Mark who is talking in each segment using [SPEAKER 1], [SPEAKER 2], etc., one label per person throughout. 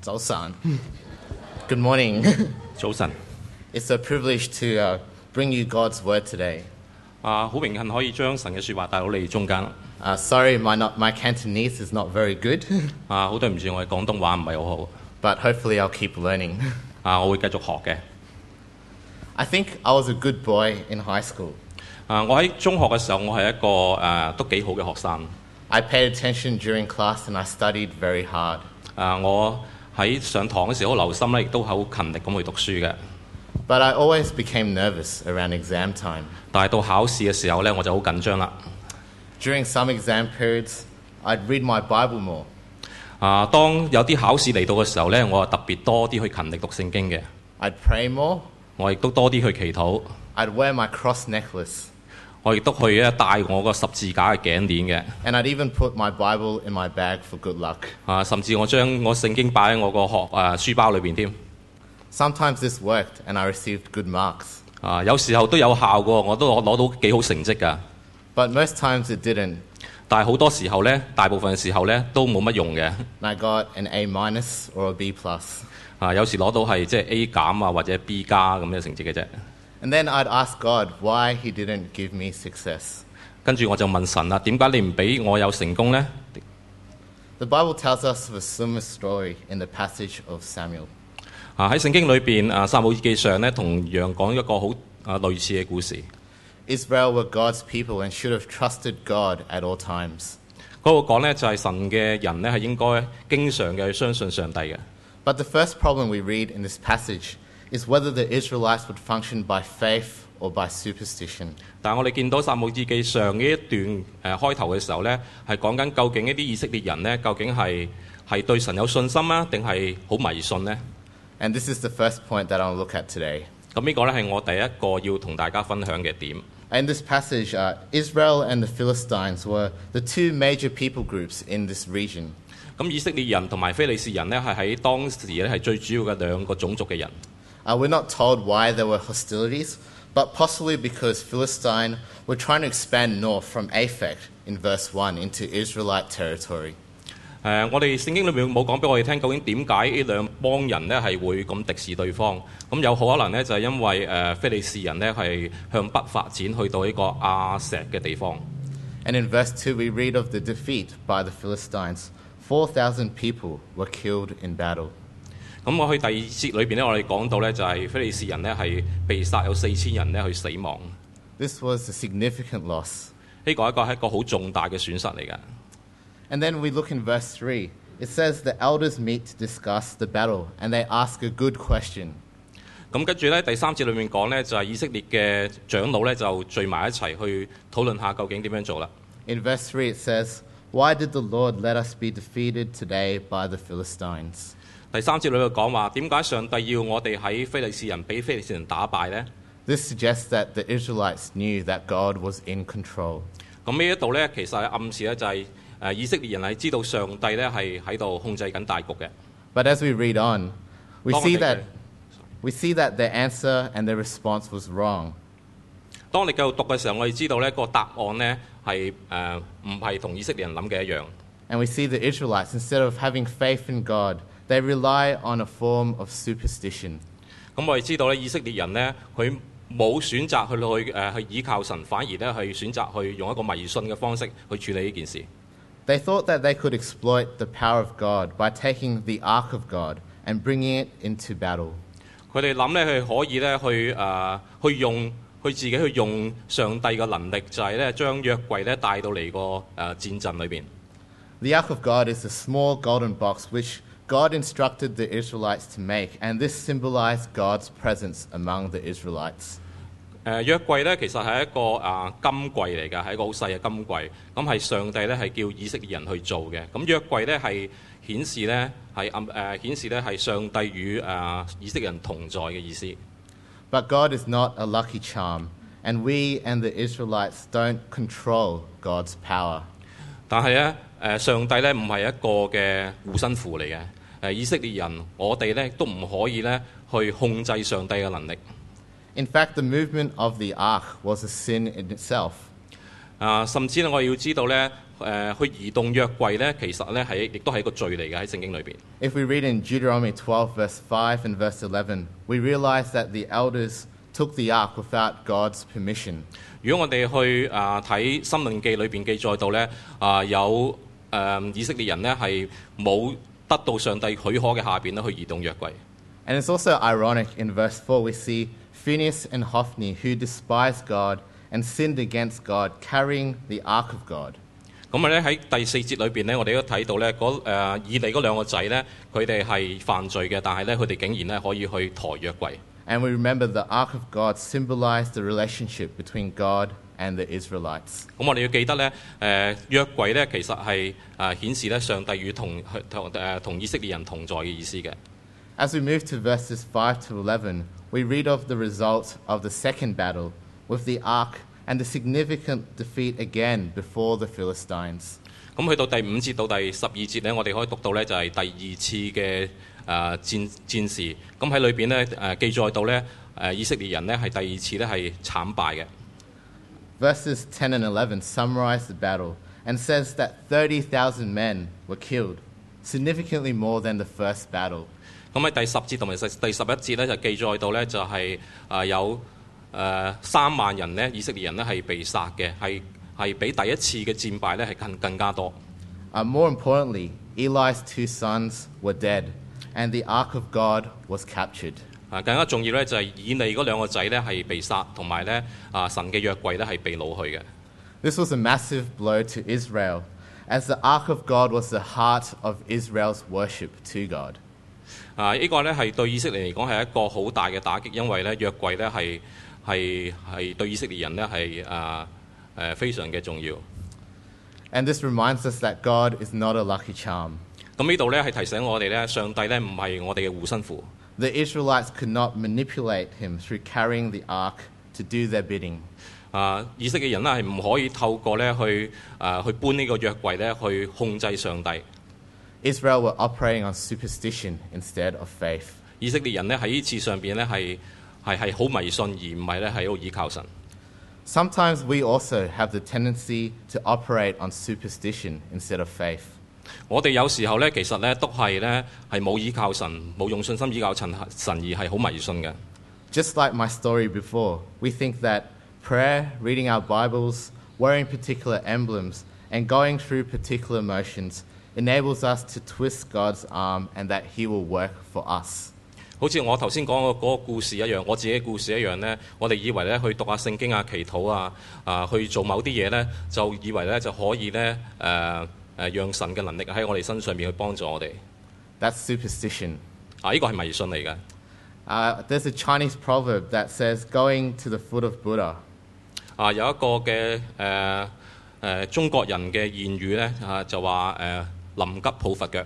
[SPEAKER 1] 早上 Good morning.
[SPEAKER 2] 早晨
[SPEAKER 1] it's a privilege to uh, bring you God's word today.
[SPEAKER 2] 啊，好榮幸可以將神嘅説話帶到你哋中間。
[SPEAKER 1] Uh, sorry, my, not, my Cantonese is not very good,
[SPEAKER 2] 啊，好對唔住，我嘅廣東話唔係好好。
[SPEAKER 1] but hopefully I'll keep learning.
[SPEAKER 2] 啊，我會繼續學嘅。
[SPEAKER 1] I think I was a good boy in high school.
[SPEAKER 2] 啊，我喺中學嘅時候，我係一個誒、啊都幾好嘅學生。
[SPEAKER 1] I paid attention during class and I studied very hard.
[SPEAKER 2] 啊，我喺上堂嘅時候好留心咧，亦都好勤力咁去讀書嘅。
[SPEAKER 1] But I always became nervous around exam time.
[SPEAKER 2] 但係到考試嘅時候咧，我就好緊張啦。
[SPEAKER 1] During some exam periods, I'd read my Bible more.
[SPEAKER 2] 啊，當有啲考試嚟到嘅時候咧，我就特別多啲去勤力讀聖經嘅，
[SPEAKER 1] I'd pray more.
[SPEAKER 2] 我亦都多啲去祈禱，
[SPEAKER 1] I'd wear my cross necklace.
[SPEAKER 2] 我亦都去咧戴我個十字架嘅頸鏈嘅。
[SPEAKER 1] And I'd even put my Bible in my bag for good luck.
[SPEAKER 2] 啊，甚至我將我聖經擺喺我個學啊書包裏邊添。
[SPEAKER 1] Sometimes this worked and I received good marks.
[SPEAKER 2] 啊，有時候都有效嘅，我都攞攞到幾好成績㗎。
[SPEAKER 1] But most times it didn't.
[SPEAKER 2] 但係好多時候呢，大部分時候呢都冇乜用嘅。
[SPEAKER 1] And I got an A minus or a B plus.
[SPEAKER 2] 啊，有時攞到係即係 A 減啊或者 B 加咁嘅成績嘅啫。
[SPEAKER 1] And then I'd ask God why He didn't give me success.
[SPEAKER 2] 跟住我就問神啦，點解你唔俾我有成功呢？
[SPEAKER 1] The Bible tells us of a similar story in the passage of Samuel.
[SPEAKER 2] 啊，喺聖經裏邊啊，撒母耳記上呢，同樣講一個好啊類似嘅故事。
[SPEAKER 1] Israel were God's people and should have trusted God at all times.
[SPEAKER 2] 嗰度講呢，就係神嘅人呢，係應該經常嘅相信上帝嘅。
[SPEAKER 1] But the first problem we read in this passage is whether the Israelites would function by faith or by superstition.
[SPEAKER 2] 但係我哋見到《撒母耳記》上呢一段誒、呃、開頭嘅時候呢，係講緊究竟一啲以色列人呢，究竟係係對神有信心啊，定係好迷信呢？
[SPEAKER 1] And this is the first point that I'll look at today.
[SPEAKER 2] 咁呢個呢，係我第一個要同大家分享嘅點。
[SPEAKER 1] In this passage, uh, Israel and the Philistines were the two major people groups in this region.
[SPEAKER 2] 咁以色列人同埋非利士人呢，係喺當時呢，係最主要嘅兩個種族嘅人。
[SPEAKER 1] Uh, we're not told why there were hostilities, but possibly because Philistine were trying to expand north from Aphek in verse 1 into Israelite territory.
[SPEAKER 2] 誒、我哋聖經裏面冇講俾我哋聽，究竟點解呢兩幫人呢係會咁敵視對方？咁有可能呢，就係、因為誒、呃非利士人呢係向北發展，去到呢個亞石嘅地方。
[SPEAKER 1] And in verse 2, we read of the defeat by the Philistines. 4,000 people were killed in battle.
[SPEAKER 2] 咁我去第二節裏邊咧，我哋講到咧就係菲利士人咧係被殺有四千人咧去死亡，呢
[SPEAKER 1] This was a significant loss.
[SPEAKER 2] 個一個係一個好重大嘅損失嚟嘅。
[SPEAKER 1] And then we look in verse 3. It says, The elders meet to discuss the battle, and they ask a good question.
[SPEAKER 2] 咁跟住咧第三節裏面講咧就係以色列嘅長老咧就聚埋一齊去討論下究竟點樣做啦。
[SPEAKER 1] In verse 3, it says, Why did the Lord let us be defeated today by the Philistines?
[SPEAKER 2] 第三節裏面講話點解上帝要我哋喺菲利士人俾菲利士人打敗呢？
[SPEAKER 1] This suggests that the Israelites knew that God was in control.
[SPEAKER 2] 咁呢一度咧其實係暗示咧就係、誒以色列人係知道上帝咧係喺度控制緊大局嘅。
[SPEAKER 1] But as we read on, we
[SPEAKER 2] Long
[SPEAKER 1] see
[SPEAKER 2] day,
[SPEAKER 1] that
[SPEAKER 2] right?
[SPEAKER 1] we see that their answer and their response was wrong.
[SPEAKER 2] 當你繼續讀嘅時候，我哋知道呢個答案呢係誒唔係同以色列人諗嘅一樣。
[SPEAKER 1] And we see the Israelites, instead of having faith in God, they rely on a form of superstition.
[SPEAKER 2] 咁我哋知道呢，以色列人呢，佢冇選擇去去誒、呃去倚靠神，反而呢去選擇去用一個迷信嘅方式去處理呢件事。
[SPEAKER 1] They thought that they could exploit the power of God by taking the Ark of God and bringing it into battle.
[SPEAKER 2] 佢哋諗呢，佢可以呢去誒、呃去用佢自己去用上帝嘅能力，就係呢將約櫃呢帶到嚟個誒戰陣裏邊。
[SPEAKER 1] The Ark of God is a small golden box which God instructed the Israelites to make, and this symbolized God's presence among the Israelites.
[SPEAKER 2] 誒呃約櫃咧，其實係一個啊金櫃嚟㗎，係一個好細嘅金櫃。咁係上帝咧係叫以色列人去做嘅。咁約櫃咧係顯示咧係暗誒呃顯示咧係上帝與啊以色列人同在嘅意思。
[SPEAKER 1] But God is not a lucky charm, and we and the Israelites don't control God's power.
[SPEAKER 2] 但係咧誒上帝咧唔係一個嘅護身符嚟嘅。誒以色列人，我哋咧都唔可以咧去控制上帝嘅能力。
[SPEAKER 1] In fact, the movement of the ark was a sin in itself.
[SPEAKER 2] 啊，甚至咧我哋要知道咧，誒、去移動約櫃咧，其實咧係亦都係一個罪嚟嘅喺聖經裏邊。
[SPEAKER 1] If we read in Deuteronomy 12, verse 5 and verse 11, we realize that the elders took the ark without God's permission.
[SPEAKER 2] 如果我哋去啊睇《申論記》裏邊記載到咧，啊有誒、以色列人咧係冇得到上帝許可嘅下邊咧去移動約櫃。
[SPEAKER 1] And it's also ironic in verse 4 we see Phineas and Hophni who despised God and sinned against God carrying the ark of God.
[SPEAKER 2] 咁啊咧喺第四節裏邊咧，我哋都睇到咧嗰誒以利嗰兩個仔咧，佢哋係犯罪嘅，但係咧佢哋竟然咧可以去抬約櫃。
[SPEAKER 1] And we remember the ark of God symbolized the relationship between God and the Israelites.
[SPEAKER 2] 咁我哋要記得呃咧，誒、約櫃咧其實係誒、呃、顯示咧上帝與同同誒、同以色列人同在嘅意思嘅。
[SPEAKER 1] As we move to verses 5 to 11, we read of the result of the second battle with the ark and the significant defeat again before the Philistines.
[SPEAKER 2] 咁去到第五節到第十二節咧，我哋可以讀到咧就係、第二次嘅誒、呃、戰戰事。咁喺裏邊咧誒記載到咧誒、呃以色列人咧係第二次咧係慘敗嘅。
[SPEAKER 1] Verses 10 and 11 summarize the battle and says that 30,000 men were killed, significantly more than the first battle.
[SPEAKER 2] 咁喺第十節同埋第第十一節咧就記載到咧就係、呃有誒三萬人咧以色列人咧係被殺嘅，係係比第一次嘅戰敗咧係更更加多。
[SPEAKER 1] Uh, more importantly, Eli's two sons were dead, and the ark of God was captured.
[SPEAKER 2] 啊，更加重要咧就係以利嗰兩個仔咧係被殺，同埋咧啊神嘅約櫃咧係被擄去嘅。
[SPEAKER 1] This was a massive blow to Israel, as the ark of God was the heart of Israel's worship to God.
[SPEAKER 2] 啊，呢個咧係對以色列嚟講係一個好大嘅打擊，因為咧約櫃咧係係係對以色列人咧係啊誒非常嘅重要。
[SPEAKER 1] And this reminds us that God is not a lucky charm.
[SPEAKER 2] 咁呢度咧係提醒我哋咧，上帝咧唔係我哋嘅護身符。
[SPEAKER 1] The Israelites could not manipulate him through carrying the ark to do their bidding.
[SPEAKER 2] 啊！以色列人咧係唔可以透過咧去啊去搬呢個約櫃咧去控制上帝。
[SPEAKER 1] Israel were operating on superstition instead of faith.
[SPEAKER 2] 以色列人咧喺呢次上邊咧係係係好迷信，而唔係咧喺度依靠神。
[SPEAKER 1] Sometimes we also have the tendency to operate on superstition instead of faith.
[SPEAKER 2] 我哋有時候咧，其實咧都係咧係冇依靠神，冇用信心依靠神，神而係好迷信嘅。
[SPEAKER 1] Just like my story before, we think that prayer, reading our Bibles, wearing particular emblems, and going through particular motions enables us to twist God's arm and that He will work for us.
[SPEAKER 2] 好似我頭先講嘅嗰個故事一樣，我自己嘅故事一樣咧，我哋以為咧去讀下聖經啊、祈禱啊、啊去做某啲嘢咧，就以為咧就可以咧誒誒讓神嘅能力喺我哋身上面去幫助我哋。
[SPEAKER 1] That's superstition.
[SPEAKER 2] 啊，呢個係迷信嚟嘅。
[SPEAKER 1] Uh, there's a Chinese proverb that says, going to the foot of Buddha.
[SPEAKER 2] 啊，有一個嘅誒誒中國人嘅諺語咧啊，就話誒、呃、臨急抱佛腳。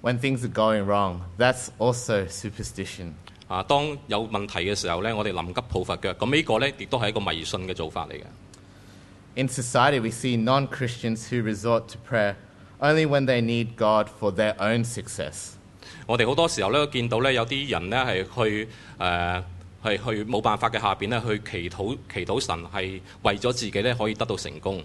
[SPEAKER 1] When things are going wrong, that's also superstition.
[SPEAKER 2] 啊，當有問題嘅時候呢，我哋臨急抱佛腳，咁呢個呢，亦都係一個迷信嘅做法嚟嘅。
[SPEAKER 1] In society, we see non Christians who resort to prayer only when they need God for their own success.
[SPEAKER 2] 我哋好多時候呢，見到呢有啲人呢係去誒係、呃去冇辦法嘅下邊呢，去祈禱祈禱神係為咗自己呢可以得到成功。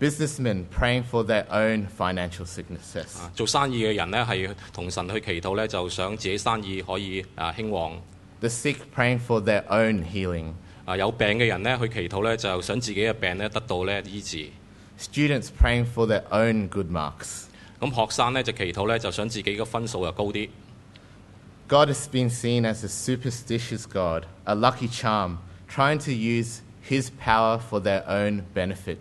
[SPEAKER 1] businessmen praying for their own financial success.
[SPEAKER 2] 啊，做生意嘅人呢，係同神去祈禱呢，就想自己生意可以啊興旺。
[SPEAKER 1] The sick praying for their own healing.
[SPEAKER 2] 啊，有病嘅人呢，去祈禱呢，就想自己嘅病呢得到呢醫治。
[SPEAKER 1] Students praying for their own good marks.
[SPEAKER 2] 咁學生呢，就祈禱呢，就想自己嘅分數又高啲。
[SPEAKER 1] God has been seen as a superstitious God, a lucky charm, trying to use his power for their own benefit.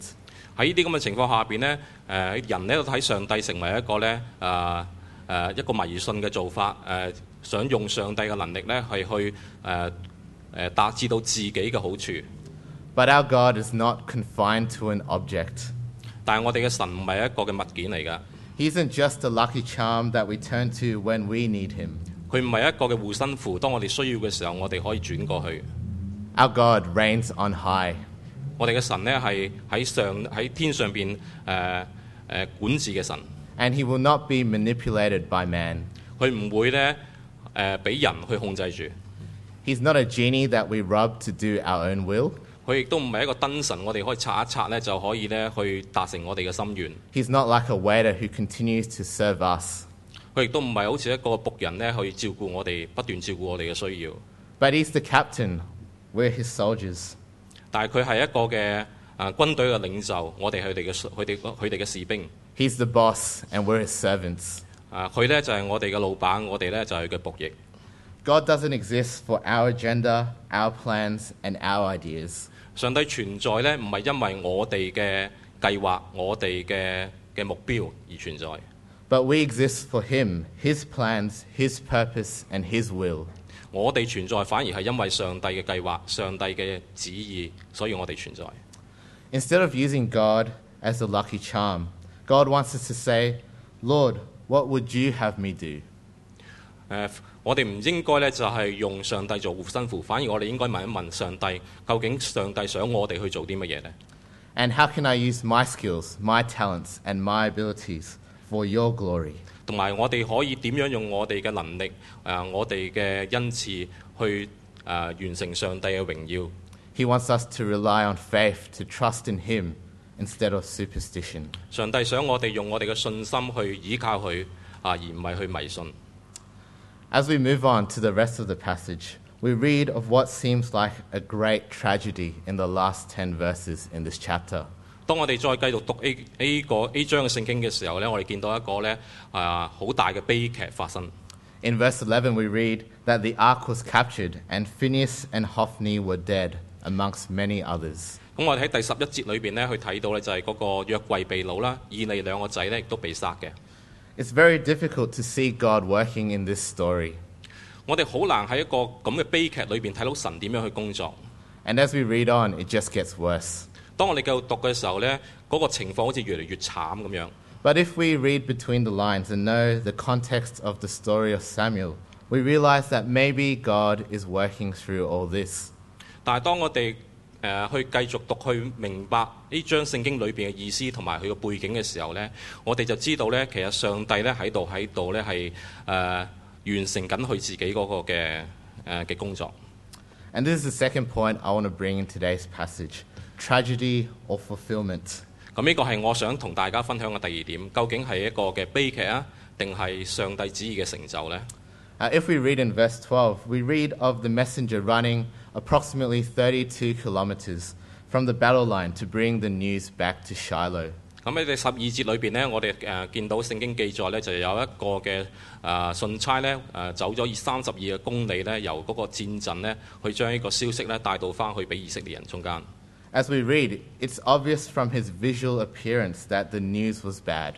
[SPEAKER 2] 喺呢啲咁嘅情況下邊呢，誒、人呢都睇上帝成為一個呢誒誒、呃一個迷信嘅做法，誒、想用上帝嘅能力呢係去誒誒、呃達至到自己嘅好處。
[SPEAKER 1] But our God is not confined to an object.
[SPEAKER 2] 但係我哋嘅神唔係一個嘅物件嚟㗎，
[SPEAKER 1] He isn't just a lucky charm that we turn to when we need him.
[SPEAKER 2] 佢唔係一個嘅護身符。當我哋需要嘅時候，我哋可以轉過去。
[SPEAKER 1] Our God reigns on high.
[SPEAKER 2] 我哋嘅神呢係喺上喺天上邊誒誒管治嘅神，
[SPEAKER 1] And he will not be manipulated by man.
[SPEAKER 2] 佢唔會呢誒俾、人去控制住。
[SPEAKER 1] He's not a genie that we rub to do our own will.
[SPEAKER 2] 佢亦都唔係一個燈神，我哋可以拆一拆咧就可以咧去達成我哋嘅心願。
[SPEAKER 1] He's not like a waiter who continues to serve us,
[SPEAKER 2] 佢亦都唔係好似一個仆人咧去照顧我哋，不斷照顧我哋嘅需要。
[SPEAKER 1] but he's the captain. We're his soldiers.
[SPEAKER 2] 但係佢係一個嘅啊軍隊嘅領袖，我哋係佢哋嘅佢哋佢哋嘅士兵。
[SPEAKER 1] He's the boss, and we're his servants.
[SPEAKER 2] 啊，佢咧就係我哋嘅老闆，我哋咧就係佢嘅仆役。
[SPEAKER 1] God doesn't exist for our agenda, our plans, and our ideas.
[SPEAKER 2] 上帝存在咧，唔係因為我哋嘅計劃、我哋嘅嘅目標而存在，
[SPEAKER 1] But we exist for him, his plans, his purpose, and his will.
[SPEAKER 2] 我哋存在反而係因為上帝嘅計劃、上帝嘅旨意，所以我哋存在。
[SPEAKER 1] Instead of using God as a lucky charm, God wants us to say, Lord, what would you have me do?
[SPEAKER 2] 誒、呃我哋唔應該咧就係用上帝做護身符，反而我哋應該問一問上帝，究竟上帝想我哋去做啲乜嘢呢？
[SPEAKER 1] And how can I use my skills, my talents, and my abilities for your glory?
[SPEAKER 2] 同埋我哋可以點樣用我哋嘅能力、誒、呃我哋嘅恩賜去誒、完成上帝嘅榮耀？
[SPEAKER 1] He wants us to rely on faith, to trust in him instead of superstition.
[SPEAKER 2] 上帝想我哋用我哋嘅信心去依靠佢啊，而唔係去迷信。
[SPEAKER 1] As we move on to the rest of the passage, we read of what seems like a great tragedy in the last 10 verses in this chapter.
[SPEAKER 2] 當我哋再繼續讀 A A 個 A 章嘅聖經嘅時候呢，我哋見到一個呢啊好大嘅悲劇發生。
[SPEAKER 1] In verse 11, we read that the ark was captured and Phineas and Hophni were dead, amongst many others.
[SPEAKER 2] 咁我哋喺第十一節裏邊呢，去睇到呢就係嗰個約櫃被擄啦，以利兩個仔呢亦都被殺嘅。
[SPEAKER 1] It's very difficult to see God working in this story.
[SPEAKER 2] 我哋好難喺一個咁嘅悲劇裏邊睇到神點樣去工作。
[SPEAKER 1] And as we read on, it just gets worse.
[SPEAKER 2] 當我哋繼續讀嘅時候呢，嗰、個情況好似越嚟越慘咁樣。
[SPEAKER 1] But if we read between the lines and know the context of the story of Samuel, we realize that maybe God is working through all this.
[SPEAKER 2] 但係當我哋誒、呃去繼續讀去明白呢章聖經裏邊嘅意思同埋佢嘅背景嘅時候呢，我哋就知道呢，其實上帝呢喺度喺度呢係誒呃完成緊佢自己嗰個嘅誒嘅工作。
[SPEAKER 1] And this is the second point I want to bring in today's passage tragedy or fulfillment.
[SPEAKER 2] 咁呢個係我想同大家分享嘅第二點，究竟係一個嘅悲劇啊，定係上帝旨意嘅成就呢？
[SPEAKER 1] Uh, if we read in verse 12, we read of the messenger running approximately 32 kilometers from the battle line to bring the news back to Shiloh.
[SPEAKER 2] 咁喺第十二節裏邊呢，我哋誒、呃、見到聖經記載呢，就有一個嘅誒、呃、信差呢，誒、走咗二三十二個公里呢，由嗰個戰陣呢，去將呢個消息呢帶到翻去俾以色列人中間。
[SPEAKER 1] As we read, it's obvious from his visual appearance that the news was bad.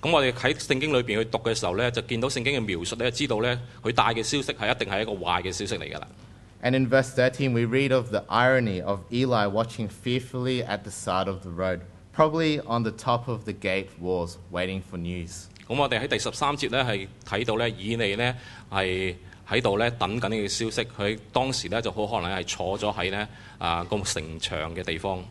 [SPEAKER 2] 咁我哋喺聖經裏邊去讀嘅時候呢，就見到聖經嘅描述呢，知道呢，佢帶嘅消息係一定係一個壞嘅消息嚟㗎啦。
[SPEAKER 1] And in verse 13, we read of the irony of Eli watching fearfully at the side of the road, probably on the top of the gate walls, waiting for news.
[SPEAKER 2] 咁我哋喺第十三節呢，係睇到呢，以利呢係喺度呢等緊呢個消息，佢當時呢就好可能係坐咗喺呢啊個城牆嘅地方。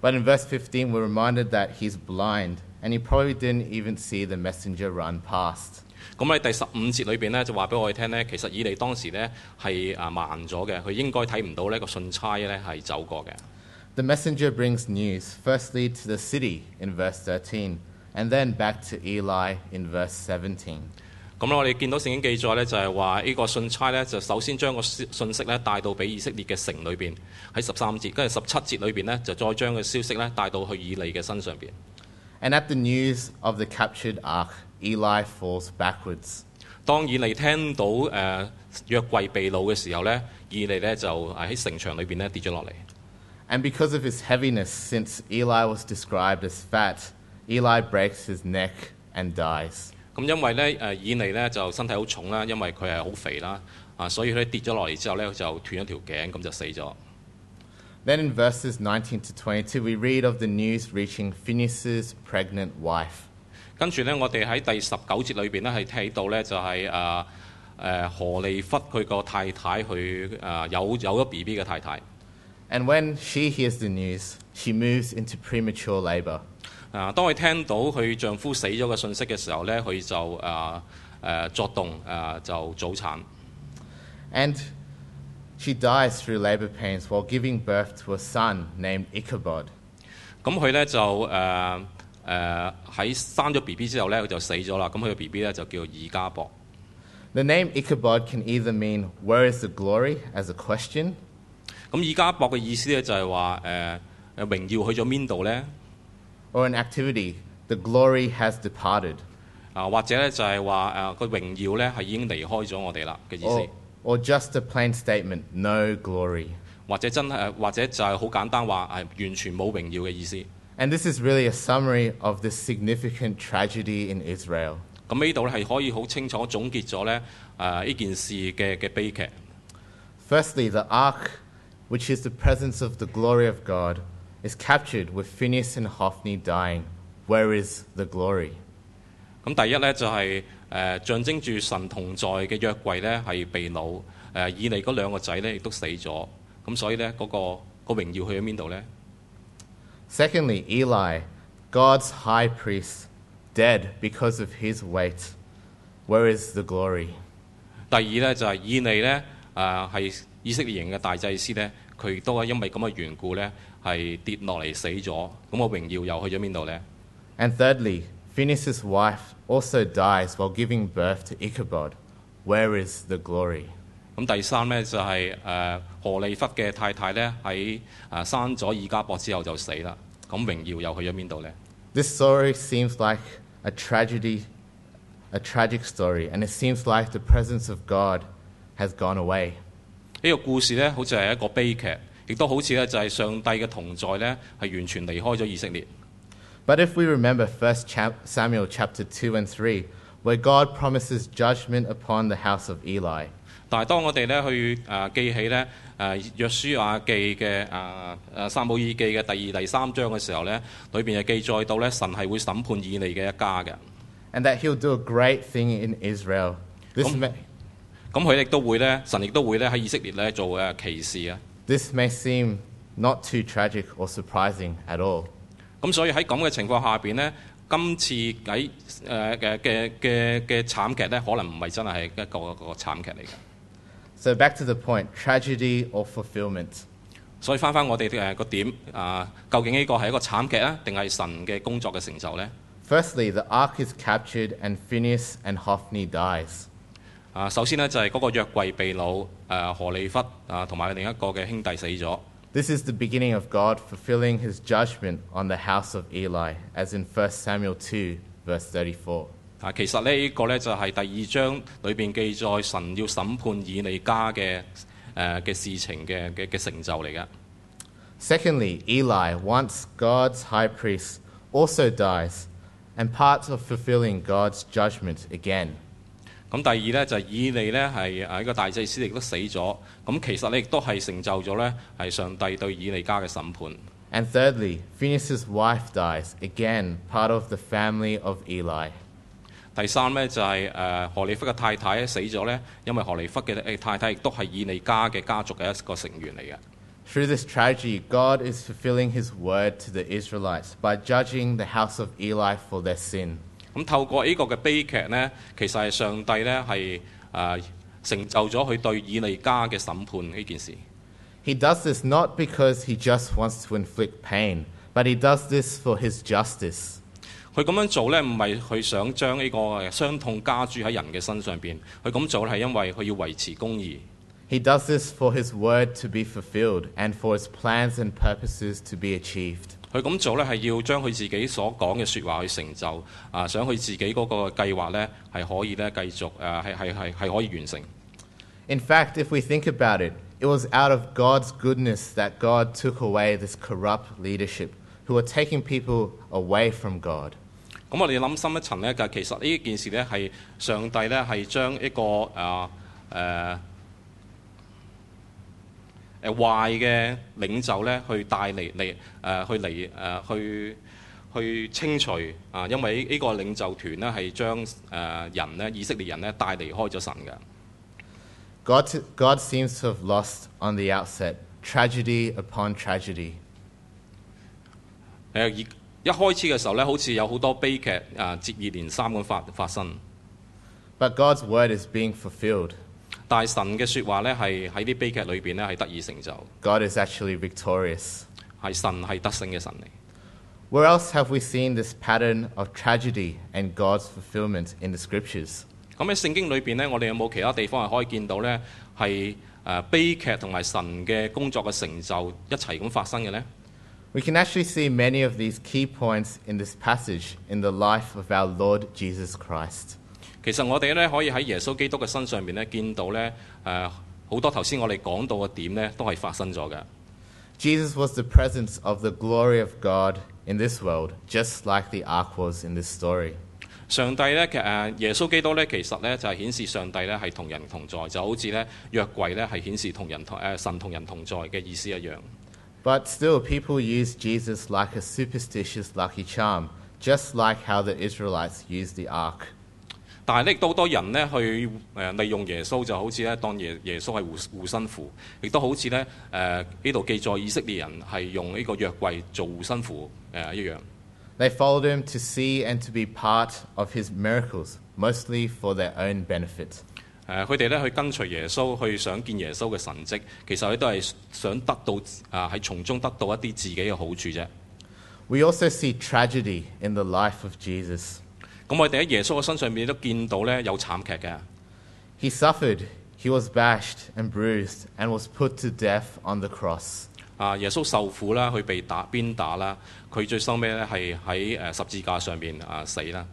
[SPEAKER 1] But in verse 15, we're reminded that he's blind and he probably didn't even see the messenger run past.
[SPEAKER 2] 咁喺第十五節裏邊咧，就話俾我哋聽咧，其實以利當時咧係啊慢咗嘅，佢應該睇唔到呢個信差咧係走過嘅。
[SPEAKER 1] The messenger brings news, firstly to the city in verse 13, and then back to Eli in verse 17.
[SPEAKER 2] 咁我哋見到聖經記載咧，就係話呢個信差咧就首先將個消信息咧帶到俾以色列嘅城裏邊，喺十三節，跟住十七節裏邊咧就再將個消息咧帶到去以利嘅身上邊。
[SPEAKER 1] And at the news of the captured ark, Eli falls backwards.
[SPEAKER 2] 當以利聽到誒、呃、約櫃被擄嘅時候咧，以利咧就啊喺城牆裏邊咧跌咗落嚟。
[SPEAKER 1] And because of his heaviness, since Eli was described as fat, Eli breaks his neck and dies.
[SPEAKER 2] 咁因為咧誒以利咧就身體好重啦，因為佢係好肥啦，啊所以咧跌咗落嚟之後咧佢就斷咗條頸，咁就死咗。
[SPEAKER 1] Then in verses 19 to 22, we read of the news reaching Phineas's pregnant wife.
[SPEAKER 2] 跟住咧我哋喺第十九節裏邊咧係睇到咧就係誒誒何利忽佢個太太佢誒、啊有有咗 B B 嘅太太。
[SPEAKER 1] And when she hears the news, she moves into premature labor.
[SPEAKER 2] 啊，當佢聽到佢丈夫死咗嘅信息嘅時候咧，佢就呃誒誒、啊啊作動誒、啊就早產。
[SPEAKER 1] And She dies through labor pains while giving birth to a son named Ichabod.
[SPEAKER 2] 咁佢咧就誒誒喺生咗 B B 之後咧，佢就死咗啦。咁佢嘅 B B 咧就叫以加博。
[SPEAKER 1] The name Ichabod can either mean, Where is the glory? as a question,
[SPEAKER 2] 咁以加博嘅意思咧就係話誒誒榮耀去咗邊度咧？
[SPEAKER 1] or an activity, The glory has departed,
[SPEAKER 2] 啊，或者咧就係話誒呃個榮耀咧係已經離開咗我哋啦嘅意
[SPEAKER 1] or,
[SPEAKER 2] 思，
[SPEAKER 1] or just a plain statement, No glory.
[SPEAKER 2] 或者真係呃或者就係好簡單話係完全冇榮耀嘅意思。
[SPEAKER 1] And this is really a summary of this significant tragedy in Israel.
[SPEAKER 2] 咁呢度咧係可以好清楚總結咗咧誒呢件事嘅嘅悲劇。
[SPEAKER 1] Firstly, the ark, which is the presence of the glory of God, is captured with Phineas and Hophni dying. Where is the glory?
[SPEAKER 2] 咁第一咧就係、呃象徵住神同在嘅約櫃咧係被擄，誒、呃以利嗰兩個仔咧亦都死咗，咁所以咧嗰、個個榮耀去咗邊度咧？
[SPEAKER 1] Secondly, Eli, God's high priest, dead because of his weight. Where is the glory?
[SPEAKER 2] 第二咧就係、以利咧誒係以色列人嘅大祭司咧，佢亦都係因為咁嘅緣故咧係跌落嚟死咗，咁、個榮耀又去咗邊度咧？
[SPEAKER 1] And thirdly, Phineas's wife also dies while giving birth to Ichabod. Where is the glory?
[SPEAKER 2] 咁第三咧就係、呃何利弗嘅太太咧喺誒生咗以加博之後就死啦，咁榮耀又去咗邊度咧？
[SPEAKER 1] This story seems like a tragedy, a tragic story, and it seems like the presence of God has gone away.
[SPEAKER 2] 呢個故事呢，好似係一個悲劇，亦都好似呢，就係上帝嘅同在呢，係完全離開咗以色列。
[SPEAKER 1] But if we remember 1 chap- Samuel chapter 2 and 3, where God promises judgment upon the house of Eli,
[SPEAKER 2] 但係當我哋呢去誒、呃記起呢誒、呃、約書亞記嘅啊誒誒撒母耳記嘅第二、第三章嘅時候呢，裏邊就記載到呢，神係會審判以利嘅一家嘅。
[SPEAKER 1] and that he'll do a great thing in Israel. This,
[SPEAKER 2] Come.
[SPEAKER 1] may,
[SPEAKER 2] 咁佢亦都會呢，神亦都會呢喺以色列呢做誒歧視啊。
[SPEAKER 1] this may seem not too tragic or surprising at all.
[SPEAKER 2] 咁所以喺咁嘅情況下邊呢，今次喺誒嘅嘅嘅嘅慘劇呢，可能唔係真係一個一個慘劇嚟嘅。
[SPEAKER 1] So back to the point tragedy or fulfillment.
[SPEAKER 2] 所以翻翻我哋誒個點啊，究竟呢個係一個慘劇啊，定係神嘅工作嘅成就呢？
[SPEAKER 1] Firstly, the ark is captured and Phineas and Hophni dies.
[SPEAKER 2] 啊，首先呢，就係、嗰個約櫃被擄，誒、何利弗啊，同埋另一個嘅兄弟死咗。
[SPEAKER 1] This is the beginning of God fulfilling his judgment on the house of Eli, as in 1 Samuel 2, verse 34.
[SPEAKER 2] 啊，其實呢呢個呢，就係、第二章裏邊記載神要審判以利家嘅誒嘅事情嘅嘅嘅成就嚟嘅。
[SPEAKER 1] Secondly, Eli, once God's high priest, also dies, and part of fulfilling God's judgment again.
[SPEAKER 2] 咁第二呢，就係、以利呢，係啊呢個大祭司亦都死咗。咁其實呢，亦都係成就咗呢，係上帝對以利家嘅審判。
[SPEAKER 1] And thirdly, Phineas's wife dies, again, part of the family of Eli.
[SPEAKER 2] 第三呢，就係、誒何利弗嘅太太死咗呢，因為何利弗嘅誒太太亦都係以利家嘅家族嘅一個成員嚟嘅。
[SPEAKER 1] Through this tragedy, God is fulfilling his word to the Israelites by judging the house of Eli for their sin.
[SPEAKER 2] 咁透過呢個嘅悲劇呢，其實係上帝呢係誒、呃成就咗佢對以利家嘅審判呢件事。
[SPEAKER 1] He does this not because he just wants to inflict pain, but he does this for his justice.
[SPEAKER 2] 佢咁樣做呢，唔係佢想將呢個傷痛加諸喺人嘅身上邊，佢咁做呢係因為佢要維持公義。
[SPEAKER 1] He does this for his word to be fulfilled and for his plans and purposes to be achieved.
[SPEAKER 2] 佢咁做呢係要將佢自己所講嘅説話去成就，啊、想佢自己嗰個計劃呢係可以呢繼續誒係係係係可以完成。
[SPEAKER 1] In fact, if we think about it, it was out of God's goodness that God took away this corrupt leadership who were taking people away from God.
[SPEAKER 2] 咁我哋諗深一層咧，就其實呢件事咧係上帝咧係將一個啊誒誒壞嘅領袖咧去帶嚟嚟誒去嚟誒、呃去去清除啊，因為呢個領袖團咧係將誒人咧以色列人咧帶離開咗神嘅。
[SPEAKER 1] God, God seems to have lost on the outset tragedy upon tragedy.
[SPEAKER 2] 誒一一開始嘅時候咧，好似有好多悲劇啊接二連三咁發發生，
[SPEAKER 1] But God's word is being fulfilled.
[SPEAKER 2] 但係神嘅説話咧係喺啲悲劇裏邊咧係得以成就，
[SPEAKER 1] God is actually victorious.
[SPEAKER 2] 係神係得勝嘅神嚟。
[SPEAKER 1] Where else have we seen this pattern of tragedy and God's fulfillment in the scriptures?
[SPEAKER 2] 咁喺聖經裏邊咧，我哋有冇其他地方係可以見到咧係誒悲劇同埋神嘅工作嘅成就一齊咁發生嘅咧？
[SPEAKER 1] We can actually see many of these key points in this passage in the life of our Lord Jesus Christ.
[SPEAKER 2] 其實我哋咧可以喺耶穌基督嘅身上面咧見到咧誒好多頭先我哋講到嘅點咧都係發生咗嘅。
[SPEAKER 1] Jesus was the presence of the glory of God in this world, just like the ark was in this story.
[SPEAKER 2] 上帝咧其誒耶穌基督咧其實咧就係顯示上帝咧係同人同在，就好似咧約櫃咧係顯示同人同誒、呃神同人同在嘅意思一樣。
[SPEAKER 1] But still, people use Jesus like a superstitious lucky charm, just like how the Israelites used the ark.
[SPEAKER 2] 但係咧，亦都好多人咧去誒利用耶穌，就好似咧當耶耶穌係護護身符，亦都好似咧誒呢度記載以色列人係用呢個約櫃做護身符誒、一樣。
[SPEAKER 1] They followed him to see and to be part of his miracles, mostly for their own benefit.
[SPEAKER 2] 誒呃佢哋咧去跟隨耶穌，去想見耶穌嘅神跡，其實佢都係想得到啊，喺從中得到一啲自己嘅好處啫。
[SPEAKER 1] We also see tragedy in the life of Jesus.
[SPEAKER 2] 咁我哋喺耶穌嘅身上面都見到咧有慘劇嘅，
[SPEAKER 1] He suffered, he was bashed and bruised, and was put to death on the cross.
[SPEAKER 2] 啊耶穌受苦啦，佢被打鞭打啦，佢最收尾咧係喺呃誒十字架上面啊死啦。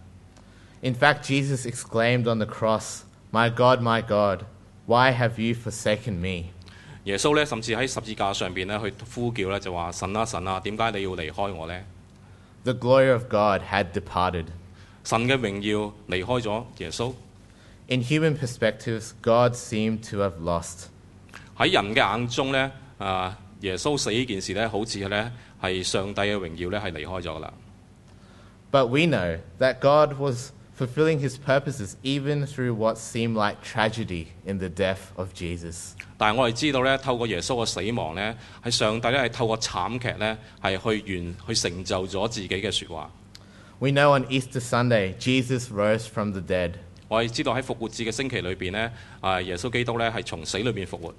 [SPEAKER 1] In fact, Jesus exclaimed on the cross, My God, my God, why have you forsaken me?
[SPEAKER 2] 耶穌咧甚至喺十字架上邊咧去呼叫咧就話神啊神啊，點解你要離開我呢？
[SPEAKER 1] The glory of God had departed.
[SPEAKER 2] 神嘅榮耀離開咗耶穌，
[SPEAKER 1] In human perspectives, God seemed to have lost.
[SPEAKER 2] 喺人嘅眼中咧啊耶穌死呢件事咧，好似咧係上帝嘅榮耀咧係離開咗啦。
[SPEAKER 1] But we know that God was fulfilling his purposes even through what seemed like tragedy in the death of Jesus.
[SPEAKER 2] 但係我哋知道咧，透過耶穌嘅死亡咧，係上帝咧係透過慘劇咧係去完去成就咗自己嘅説話。
[SPEAKER 1] We know on Easter Sunday, Jesus rose from the dead.
[SPEAKER 2] 我哋知道喺復活節嘅星期裏邊咧，啊耶穌基督咧係從死裏邊復活，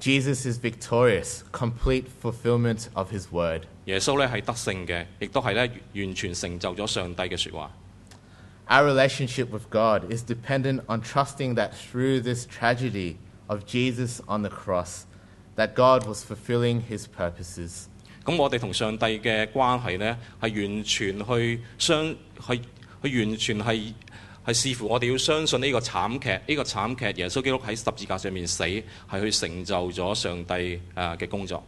[SPEAKER 1] Jesus is victorious, complete fulfillment of his word.
[SPEAKER 2] 耶穌咧係得勝嘅，亦都係咧完全成就咗上帝嘅説話。
[SPEAKER 1] Our relationship with God is dependent on trusting that through this tragedy of Jesus on the cross, that God was fulfilling his purposes.
[SPEAKER 2] 咁我哋同上帝嘅關係呢，係完全去相係係完全係係視乎我哋要相信呢個慘劇，呢、個慘劇耶穌基督喺十字架上面死，係去成就咗上帝誒嘅工作。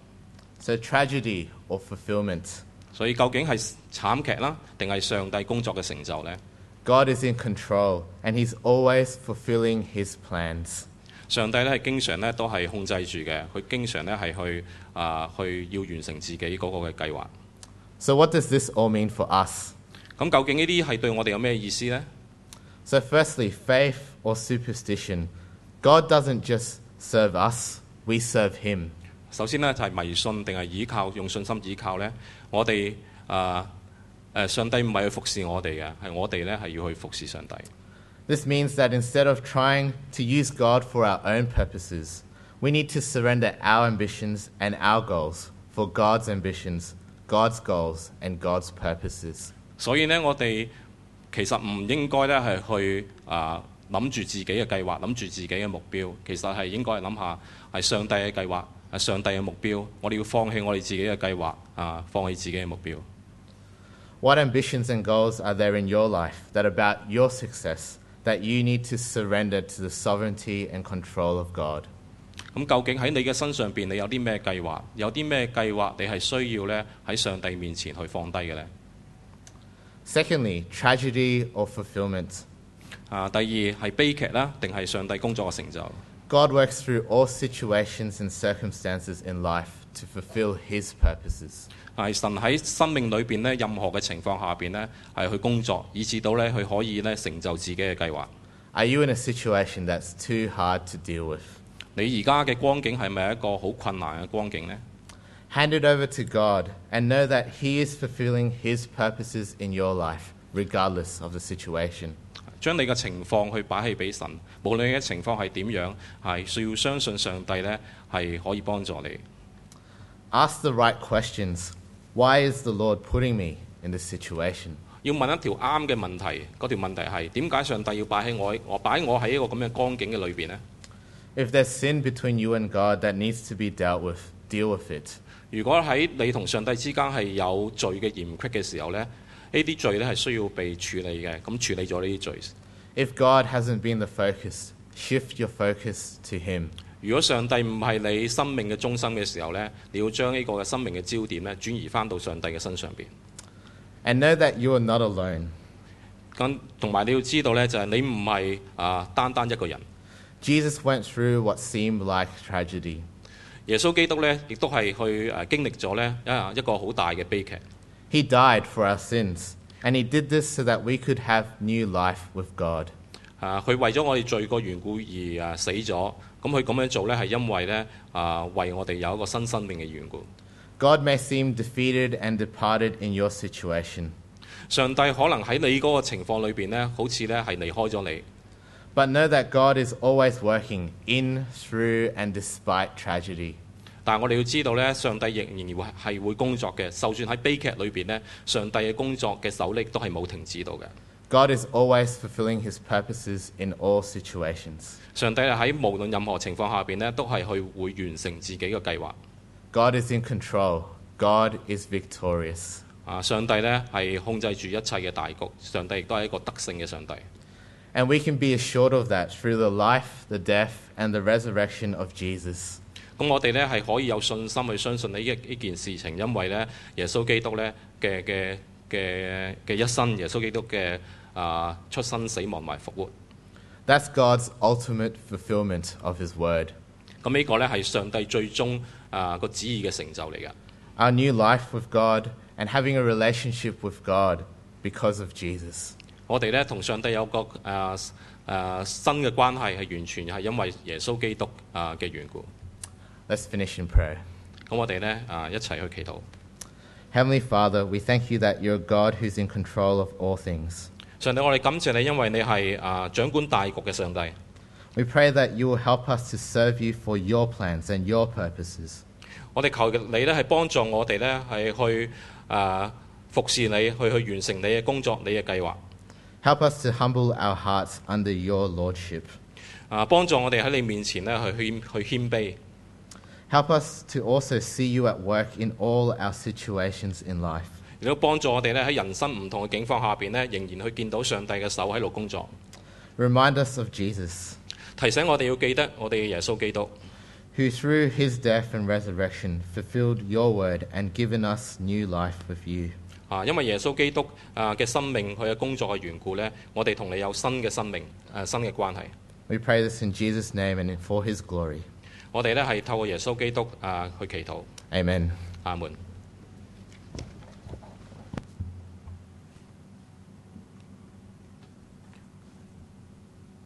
[SPEAKER 1] So tragedy or fulfillment.
[SPEAKER 2] 所以究竟係慘劇啦，定係上帝工作嘅成就呢？
[SPEAKER 1] God is in control and he's always fulfilling his plans.
[SPEAKER 2] 上帝咧係經常咧都係控制住嘅，佢經常咧係去啊、去要完成自己嗰個嘅計劃。
[SPEAKER 1] So what does this all mean for us?
[SPEAKER 2] 咁究竟呢啲係對我哋有咩意思呢？
[SPEAKER 1] So firstly, faith or superstition. God doesn't just serve us, we serve him.
[SPEAKER 2] 首先呢，就係、迷信定係倚靠，用信心倚靠呢，我哋啊誒上帝唔係去服侍我哋嘅，係我哋呢係要去服侍上帝。
[SPEAKER 1] This means that instead of trying to use God for our own purposes, we need to surrender our ambitions and our goals for God's ambitions, God's goals, and God's purposes.
[SPEAKER 2] 所以呢，我哋其實唔應該呢係去啊諗住自己嘅計劃，諗住自己嘅目標，其實係應該係諗下係上帝嘅計劃，係上帝嘅目標。我哋要放棄我哋自己嘅計劃啊，放棄自己嘅目標。
[SPEAKER 1] What ambitions and goals are there in your life that are about your success that you need to surrender to the sovereignty and control of God?
[SPEAKER 2] 咁究竟喺你嘅身上邊，你有啲咩計劃？有啲咩計劃你係需要呢喺上帝面前去放低嘅呢？
[SPEAKER 1] Secondly, tragedy or fulfillment.
[SPEAKER 2] 啊，第二係悲劇啦，定係上帝工作嘅成就。
[SPEAKER 1] God works through all situations and circumstances in life to fulfill his purposes.
[SPEAKER 2] 係啊神喺生命裏邊咧，任何嘅情況下邊咧，係去工作，以至到咧佢可以咧成就自己嘅計劃。
[SPEAKER 1] Are you in a situation that's too hard to deal with?
[SPEAKER 2] 你而家嘅光景係咪一個好困難嘅光景呢？
[SPEAKER 1] Hand it over to God and know that he is fulfilling his purposes in your life, regardless of the situation.
[SPEAKER 2] 將你嘅情況去擺喺俾神，無論你嘅情況係點樣，係需要相信上帝呢係可以幫助你。
[SPEAKER 1] Ask the right questions. Why is the Lord putting me in this situation?
[SPEAKER 2] 要問一條啱嘅問題，嗰條問題係點解上帝要擺喺我喺我擺我喺一個咁嘅光景嘅裏邊呢？
[SPEAKER 1] If there's sin between you and God that needs to be dealt with, deal with it.
[SPEAKER 2] 如果喺你同上帝之間係有罪嘅嫌隙嘅時候呢，呢啲罪呢係需要被處理嘅。咁處理咗呢啲罪，
[SPEAKER 1] If God hasn't been the focus, shift your focus to Him.
[SPEAKER 2] 如果上帝唔係你生命嘅中心嘅時候呢，你要將呢個嘅生命嘅焦點呢轉移翻到上帝嘅身上邊。
[SPEAKER 1] And know that you are not alone.
[SPEAKER 2] 咁同埋你要知道呢，就係、你唔係啊單單一個人。
[SPEAKER 1] Jesus went through what seemed like tragedy.
[SPEAKER 2] 耶穌基督呢，亦都係去誒經歷咗呢啊一個好大嘅悲劇。
[SPEAKER 1] He died for our sins, and He did this so that we could have new life with God.
[SPEAKER 2] 啊，佢為咗我哋罪過緣故而啊死咗。咁佢咁樣做呢，係因為呢啊為我哋有一個新生命嘅緣故。
[SPEAKER 1] God may seem defeated and departed in your situation,
[SPEAKER 2] 上帝可能喺你嗰個情況裏邊呢，好似呢係離開咗你，
[SPEAKER 1] but know that God is always working in, through, and despite tragedy.
[SPEAKER 2] 但係我哋要知道呢，上帝仍然係會工作嘅。就算喺悲劇裏邊呢，上帝嘅工作嘅手力都係冇停止到嘅。
[SPEAKER 1] God is always fulfilling His purposes in all situations.
[SPEAKER 2] 上帝喺無論任何情況下邊呢，都係去會完成自己嘅計劃。
[SPEAKER 1] God is in control. God is victorious.
[SPEAKER 2] 啊，上帝呢係控制住一切嘅大局，上帝亦都係一個德性嘅上帝。
[SPEAKER 1] And we can be assured of that through the life, the death, and the resurrection of Jesus.
[SPEAKER 2] 咁我哋呢係可以有信心去相信呢一呢件事情，因為呢耶穌基督呢嘅嘅嘅嘅一生，耶穌基督嘅啊出生、死亡同埋復活。
[SPEAKER 1] That's God's ultimate fulfillment of His word.
[SPEAKER 2] 咁呢個呢係上帝最終啊個旨意嘅成就嚟㗎。
[SPEAKER 1] Our new life with God and having a relationship with God because of Jesus.
[SPEAKER 2] 我哋呢同上帝有個啊啊新嘅關係係完全係因為耶穌基督啊嘅緣故。
[SPEAKER 1] Let's finish in prayer.
[SPEAKER 2] 咁我哋呢啊一齊去祈禱。
[SPEAKER 1] Heavenly Father, we thank you that you're a God who's in control of all things.
[SPEAKER 2] 上帝，我哋感謝你，因為你係啊掌管大局嘅上帝。
[SPEAKER 1] We pray that you will help us to serve you for your plans and your purposes.
[SPEAKER 2] 我哋求你呢係幫助我哋呢係去啊服侍你，去去完成你嘅工作，你嘅計劃。
[SPEAKER 1] Help us to humble our hearts under your lordship.
[SPEAKER 2] 啊，幫助我哋喺你面前呢去謙去謙卑。
[SPEAKER 1] Help us to also see you at work in all our situations in life.
[SPEAKER 2] 亦都幫助我哋咧喺人生唔同嘅境況下邊咧，仍然去見到上帝嘅手喺度工作。
[SPEAKER 1] Remind us of Jesus,
[SPEAKER 2] 提醒我哋要記得我哋嘅耶穌基督，
[SPEAKER 1] who through his death and resurrection fulfilled your word and given us new life with you.
[SPEAKER 2] 啊，因為耶穌基督啊嘅生命佢嘅工作嘅緣故咧，我哋同你有新嘅生命誒、啊新嘅關係。
[SPEAKER 1] We pray this in Jesus' name and for his glory.
[SPEAKER 2] 我哋咧係透過耶穌基督啊去祈禱，
[SPEAKER 1] Amen.
[SPEAKER 2] 阿門。